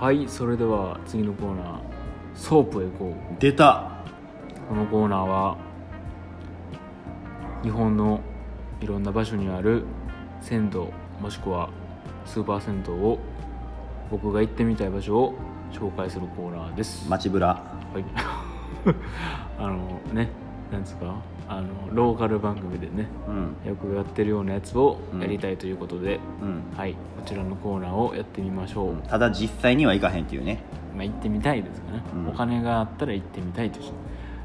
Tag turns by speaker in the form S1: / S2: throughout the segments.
S1: はいそれでは次のコーナーソープへ行こう
S2: 出た
S1: このコーナーは日本のいろんな場所にある銭湯もしくはスーパー銭湯を僕が行ってみたい場所を紹介するコーナーです、
S2: 街ブラ
S1: はいあのねなんですかあのローカル番組でね
S2: うん
S1: よくやってるようなやつをやりたいということで、
S2: うん
S1: はいこちらのコーナーをやってみましょう、
S2: ただ実際には行かへんっていうね
S1: まあ、行ってみたいですかね、
S2: うん
S1: お金があったら行ってみたいとし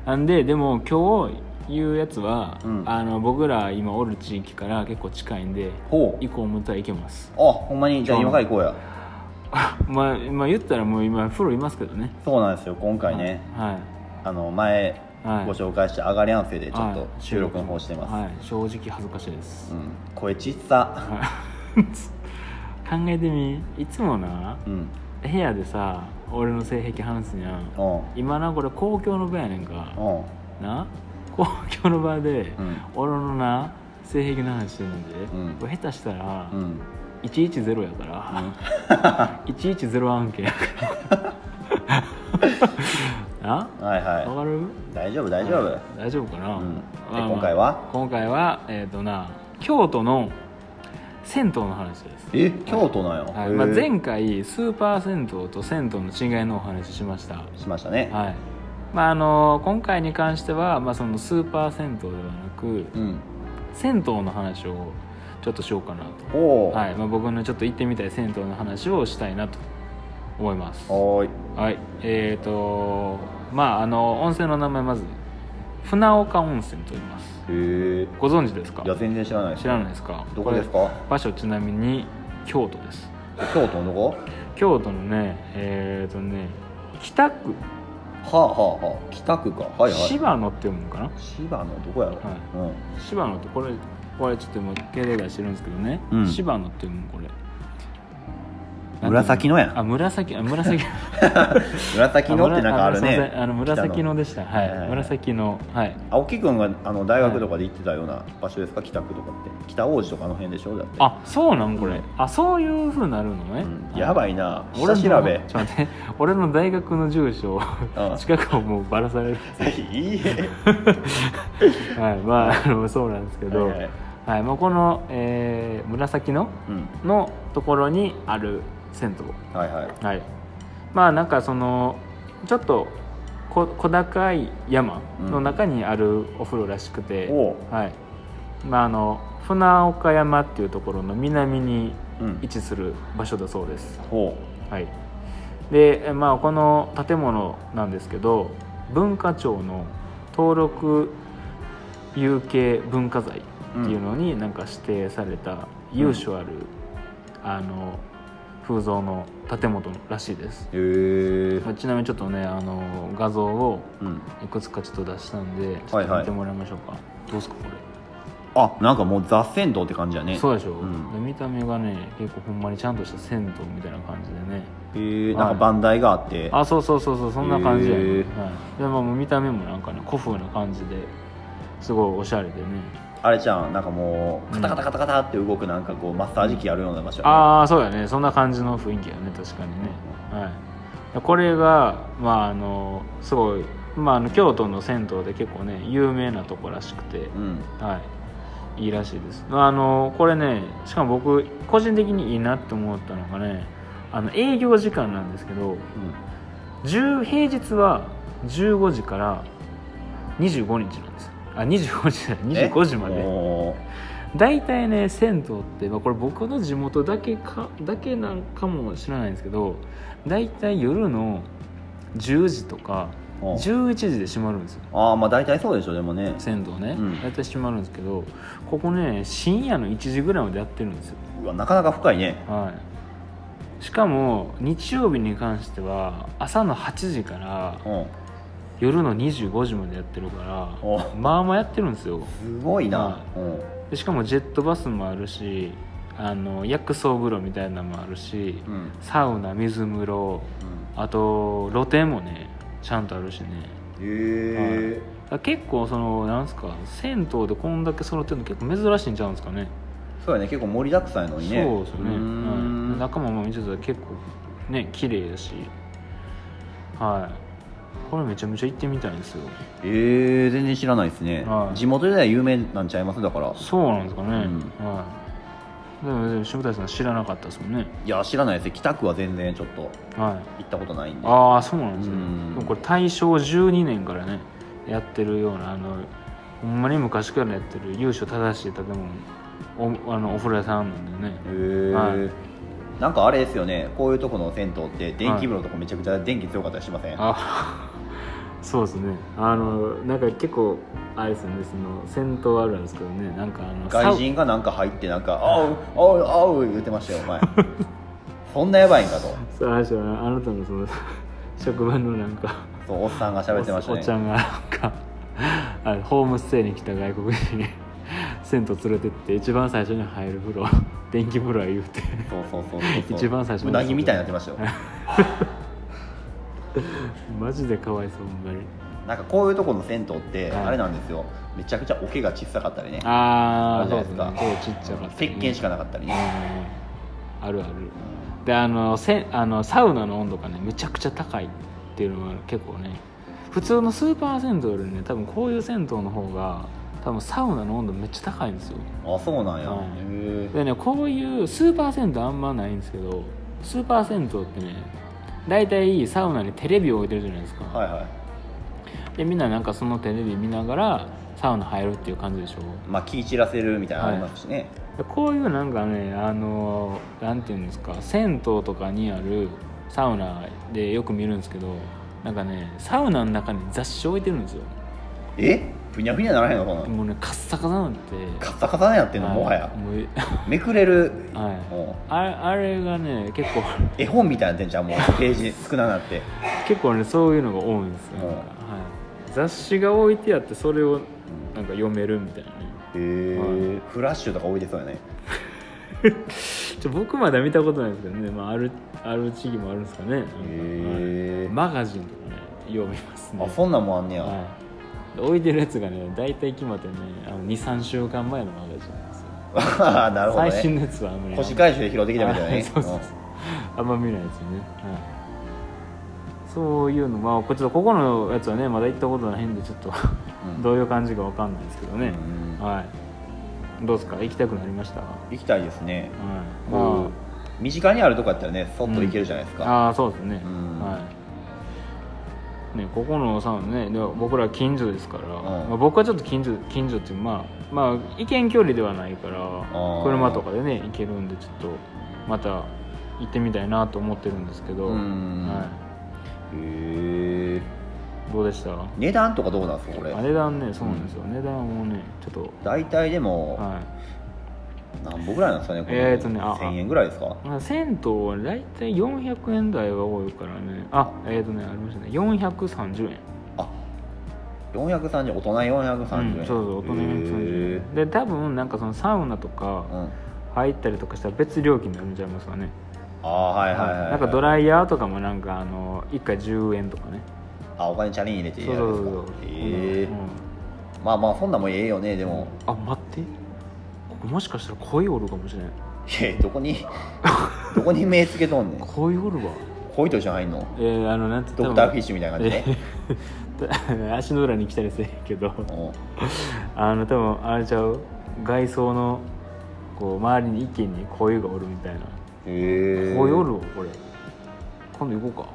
S1: なんででも今日言うやつは、
S2: うん
S1: あの僕ら今おる地域から結構近いんで
S2: ほう
S1: 行こう思ったら行けます
S2: あほんまにじゃあ今から行こうや
S1: まあ、まあ言ったらもう今風呂いますけどね
S2: そうなんですよ今回ね
S1: はい
S2: あの前
S1: はい
S2: ご紹介したアガリアンセでちょっ
S1: は
S2: と
S1: い
S2: 収録の方してます、
S1: はい、正直恥ずかしいです、
S2: うん、声ちっさ
S1: はい考えてみいつもな
S2: うん
S1: 部屋でさ俺の性癖話すやん
S2: おう
S1: 今なこれ公共の場やねんか
S2: おう
S1: な公共の場で、
S2: うん
S1: 俺のな性癖の話してるんで、
S2: うん
S1: これ下手したら、
S2: うん
S1: 110やから、110案 件やから
S2: はい
S1: なわ
S2: は
S1: かる
S2: い大丈夫大丈夫、
S1: 大丈夫かな、
S2: うんで
S1: まあまあ
S2: 今回は
S1: 今回はえっ、とな京都の銭湯の話です
S2: え京都なんや、
S1: はい
S2: へえ
S1: まあ、前回スーパー銭湯と銭湯の違いのお話しました
S2: しましたね、
S1: はいまあ、あの今回に関しては、まあ、そのスーパー銭湯ではなく
S2: うん
S1: 銭湯の話をちょっとしようかな
S2: お
S1: と、
S2: お
S1: はいまあ、僕のちょっと行ってみたい銭湯の話をしたいなと思います
S2: はーい
S1: はいえー、とまああの温泉の名前まず船岡温泉と言います
S2: へえ
S1: ご存知ですか
S2: いや全然知らないです
S1: 知らないですか
S2: どこです
S1: れ
S2: か
S1: 場所ちなみに京都です
S2: 京都のどこ
S1: 京都のねえっ、とね北区
S2: はあはあはあ北区かはいはい
S1: 芝野って読むのかな
S2: 千葉のどこやろ、
S1: はい
S2: うん
S1: 芝野ってこれこれちょっと今敬礼がしてるんですけどね、
S2: うん
S1: 芝野っていうのこれ
S2: 紫野やん
S1: あ紫あ 紫
S2: 紫野ってなんかある
S1: すいませ
S2: ね
S1: んあの紫野でしたは
S2: はいはいはい
S1: い紫野はい
S2: 青木君があの大学とかで行ってたような場所ですか北区とかって北王子とかあの辺でしょだって
S1: あそうなんこれあそういうふうになるのね、
S2: うんやばいな
S1: 俺
S2: 下
S1: の
S2: 調べ
S1: ちょっと待って俺の大学の住 所
S2: うん
S1: 近くをもうばらされ る
S2: いいえ
S1: はいまああのそうなんですけど、
S2: は
S1: はい
S2: いはい
S1: まあ、この、えー紫野
S2: うん
S1: のところにある銭湯
S2: はいはい
S1: はい、まあなんかそのちょっとこ小高い山の中にあるお風呂らしくて、
S2: おう
S1: はいまあ、あの船岡山っていうところの南に
S2: うん
S1: 位置する場所だそうです、
S2: ほ
S1: はい、でえまあこの建物なんですけど文化庁の登録有形文化財っていうのになんか指定された由緒ある、あの風像の建物らしいです、
S2: うへえ
S1: まあ、ちなみにちょっとねあの画像を
S2: うん
S1: いくつかちょっと出したんでちょ
S2: は
S1: っ
S2: い
S1: と
S2: はい
S1: 見てもらいましょうか、どうですかこ
S2: あなんかもうザ・銭湯って感じや
S1: れ、
S2: ね
S1: そうでしょ、
S2: うん
S1: で見た目がね結構ほんまにちゃんとした銭湯みたいな感じでね
S2: へえなんか番台があって
S1: あそうそうそうそうそんな感じやね、
S2: へえ
S1: はい、でももう見た目もなんかね古風な感じですごいおしゃれでね
S2: あれじゃんなんかもうカタカタカタカタって動くなんかこうマッサージ機あるような場所やね
S1: ああそうやねそんな感じの雰囲気やね確かにね、はい、でこれがまああのすごい、まあ、あの京都の銭湯で結構ね有名なとこらしくて、
S2: うん
S1: はいいいらしいですあのこれねしかも僕個人的にいいなって思ったのがねあの営業時間なんですけど
S2: うん
S1: 10平日は15時から25日なんですよあ25時じゃない25時ま
S2: え
S1: で
S2: おー
S1: 大体ね銭湯って、まあ、これ僕の地元だけかだけなんかも知らないんですけど大体夜の10時とか
S2: おー
S1: 11時で閉まるんですよ
S2: ああまあ大体そうでしょでもね
S1: 銭湯ね、
S2: うん
S1: 大体閉まるんですけどここね深夜の1時ぐらいまでやってるんですよ
S2: うわなかなか深いね
S1: はいしかも日曜日に関しては朝の8時から
S2: うん
S1: 夜の25時までやってるか
S2: お
S1: らまあまあやってるんですよ
S2: すごいな
S1: は
S2: うん
S1: でしかもジェットバスもあるしあの薬草風呂みたいなのもあるし
S2: うんうん
S1: サウナ水風呂あと露店もねちゃんとあるしね
S2: へえ
S1: だから結構そのなんすか銭湯でこんだけ揃ってるの結構珍しいんちゃうんですかね
S2: そうやね結構盛りだくさんやのにね
S1: そうですよね、
S2: ーん
S1: はい、仲間も見てたら結構ね綺麗だしはいこれめちゃめちゃ行ってみたいんですよ
S2: えー、全然知らないですね、
S1: はい
S2: 地元では有名なんちゃいますだから
S1: そうなんですかね、
S2: う
S1: はいでもでも渋谷さん知らなかったですもんね
S2: いや知らないですね北区は全然ちょっと
S1: はい
S2: 行ったことないんであ
S1: ああそうなんですね
S2: うん
S1: でもこれ大正12年からねやってるようなあのほんまに昔からやってる由緒正しい建物おあのお風呂屋さんなんでね
S2: へえ、
S1: は
S2: なんかあれですよねこういうとこの銭湯って電気風呂とかめちゃくちゃ電気強かったりしません、
S1: あ そうですねあのなんか結構あれですよねその戦闘あるんですけどねなんかあの
S2: 外人がなんか入ってなんか「あうあうあう」言ってましたよお前 そんなやばいんかと
S1: さ最初はあなたのその職場のなんか
S2: そうおっさんが
S1: お
S2: 喋ってました
S1: おっちゃ
S2: ね
S1: んがなんかあのホームステイに来た外国人に 銭湯連れてって一番最初に入る風呂電気風呂は言うて
S2: そうそうそうそうそう
S1: 一番最初の
S2: うなぎみたいになってましたよ
S1: マジでかわいそうほんまに
S2: なんかこういうとこの銭湯って
S1: はい
S2: あれなんですよめちゃくちゃ桶が小さかったりね
S1: ああ
S2: あ
S1: そ
S2: そうう
S1: で
S2: ですす
S1: ね
S2: か
S1: 手ちっちゃかったり
S2: 石
S1: ね、
S2: 鹸しかなかったり
S1: うん
S2: ね
S1: あるあるであのせんあのサウナの温度がねめちゃくちゃ高いっていうのは結構ね普通のスーパー銭湯よりね多分こういう銭湯の方が多分サウナの温度めっちゃ高いんですよ
S2: あそうなんや、
S1: はい
S2: へえ
S1: でねこういうスーパー銭湯あんまないんですけどスーパー銭湯ってね大体サウナにテレビを置いてるじゃないですか、
S2: はいはい
S1: でみんななんかそのテレビ見ながらサウナ入るっていう感じでしょ
S2: まあ気散らせるみたいなのありますしね、
S1: でこういうなんかねあのなんていうんですか銭湯とかにあるサウナでよく見るんですけどなんかねサウナの中に雑誌置いてるんですよ
S2: えふにゃふにゃならへんのかな、
S1: もうねカッサカサになって
S2: カッサカサになってんの、もはや
S1: いもう
S2: めくれる、
S1: はい
S2: も
S1: あれあれがね結構
S2: う絵本みたいになってんじゃんもうページ少ななって
S1: 結構ねそういうのが多いんですよ、
S2: うん
S1: はい、雑誌が置いてあってそれをなんか読めるみたいなね
S2: へえフラッシュとか置いてそうやね
S1: ちょ僕まだ見たことないですけどね、まあ、あるある地域もあるんですかねなんか
S2: へえ
S1: マガジンとかね読みますね
S2: あそんなんもあんねや、
S1: はい、置いてるやつがね大体決まってね23週間前のマガジンなんですよ、
S2: なるほどね
S1: 最新のやつはあんまり
S2: 腰回収で拾ってきたみたいな
S1: は
S2: ね
S1: いそうそうそうあんま見ないですよね、はい、そういうのまあこちょっとここのやつはねまだ行ったことないんでちょっと
S2: う ん
S1: どういう感じかわかんないですけどね、
S2: うん
S1: はいどうですか行きたくなりましたは
S2: 行きたいですね
S1: い、
S2: こ
S1: ま
S2: う身近にあるとこやったらねそっと行けるじゃないですか、
S1: ああーそうですね、
S2: うん
S1: はいねここのさねで僕ら近所ですから、
S2: ん
S1: まあ、僕はちょっと近所近所っていうまあまあ意見距離ではないから
S2: ー
S1: 車とかでね行けるんでちょっとまた行ってみたいなと思ってるんですけど、
S2: うん
S1: は
S2: へえ
S1: い、どうでしたあ
S2: 値段とかどうなんですかこれ
S1: 値段ねそうなんですよ、値段もねちょっと
S2: 大体でも、
S1: はい
S2: 何本ぐらいなんですかねこれ、
S1: えーとねあ
S2: 1000円ぐらいですか
S1: まあ銭湯は大体400円台は多いからねあえっ、ー、とねありましたね430円
S2: あ430大人430円、
S1: うん、そうそう大人
S2: へ
S1: 430
S2: ー
S1: 円で多分なんかそのサウナとか
S2: うん、
S1: 入ったりとかしたら別料金になるんちゃいますかね、
S2: ああはいはいはい、はい、
S1: なんかドライヤーとかもなんかあの1回10円とかね
S2: あお金チャリン入れて
S1: そ
S2: いうい
S1: そ
S2: や
S1: う
S2: つです
S1: そう
S2: か
S1: そう
S2: へえ
S1: うんうん
S2: まあまあそんなんもええよねでも
S1: あ待ってここもしかしたら鯉おるかもしれん
S2: いやどこに どこに目つけとんねん
S1: 鯉おるわ
S2: 恋と一緒に入んの
S1: えー、あのなんて
S2: ドクターフィッシュみたいな感じね、
S1: ね 足の裏に来たりせえへんけど
S2: うん
S1: あの多分あれちゃう外装のこう周りに一軒に鯉がおるみたいな
S2: へえ
S1: 鯉おるわこれ今度行こ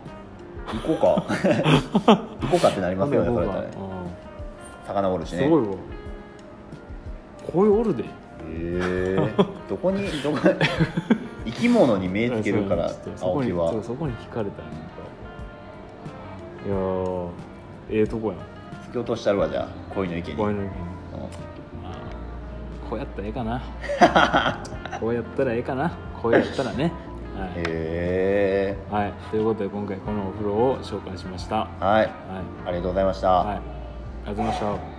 S1: うか
S2: 行こうか 行こうかってなりますよねそれやったらね魚おるし
S1: す
S2: ね
S1: ごいわこういうおるで
S2: へえどこに どこ生き物に目つけるから
S1: そ
S2: 青
S1: こに
S2: 木は
S1: そうそこに惹かれたなんかいやーええとこや
S2: 突き落としたるわじゃあ恋の池に、
S1: こう
S2: う
S1: い
S2: ん
S1: うのにこうやったらええかな こうやったらええかなこうやったらね
S2: へ
S1: は
S2: え
S1: い、はい、ということで今回このお風呂を紹介しましたは
S2: はい
S1: い、
S2: ありがとうございました、
S1: はい、ありがとうございました